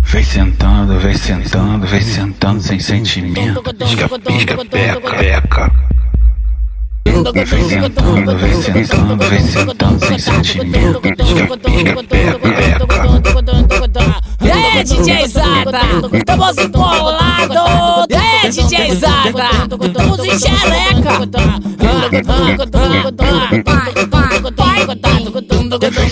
Vem sentando, vem sentando, vem sentando sem sentimento. Pisca, pisca, peca, peca. Vem sentando, vem sentando, vem sentando sem sentimento. Pisca, pisca, peca, peca. E aí, DJ Zada, estamos empolados. E aí, DJ Zada, estamos em xereca. Vem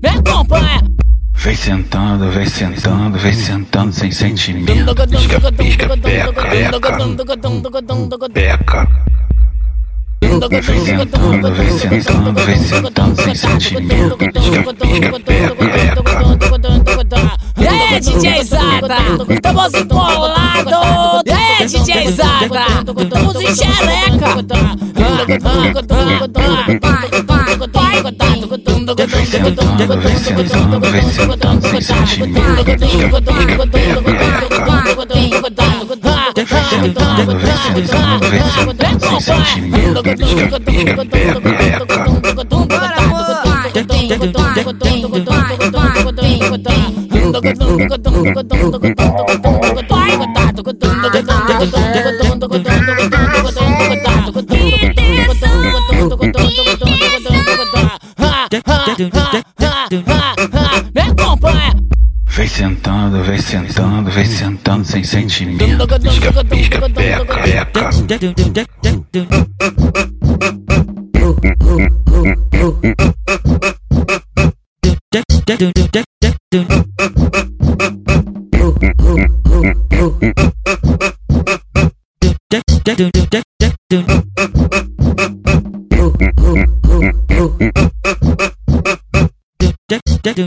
Me acompanha. Vem sentando, vem sentando, vem sentando sem sentimento. Pisca, pisca, peca, peca, peca. Vem sentando, vem sentando, vem sentando sem sentimento. Pisca, pisca, peca, peca. E aí, DJ Zada, estamos empolados. E aí, DJ Zada, estamos em Vem sentando, xereca. vem sentando, vem sentando sem sentimento. Pisca, pisca, peca, peca. Vem sentando, vem sentando, vem sentando sem sentimento. Pisca, pisca, peca, peca. Me acompanha. Vem sentando, vem sentando, vem sentando sem sentimento. Pisca, pisca, peca, peca. do do do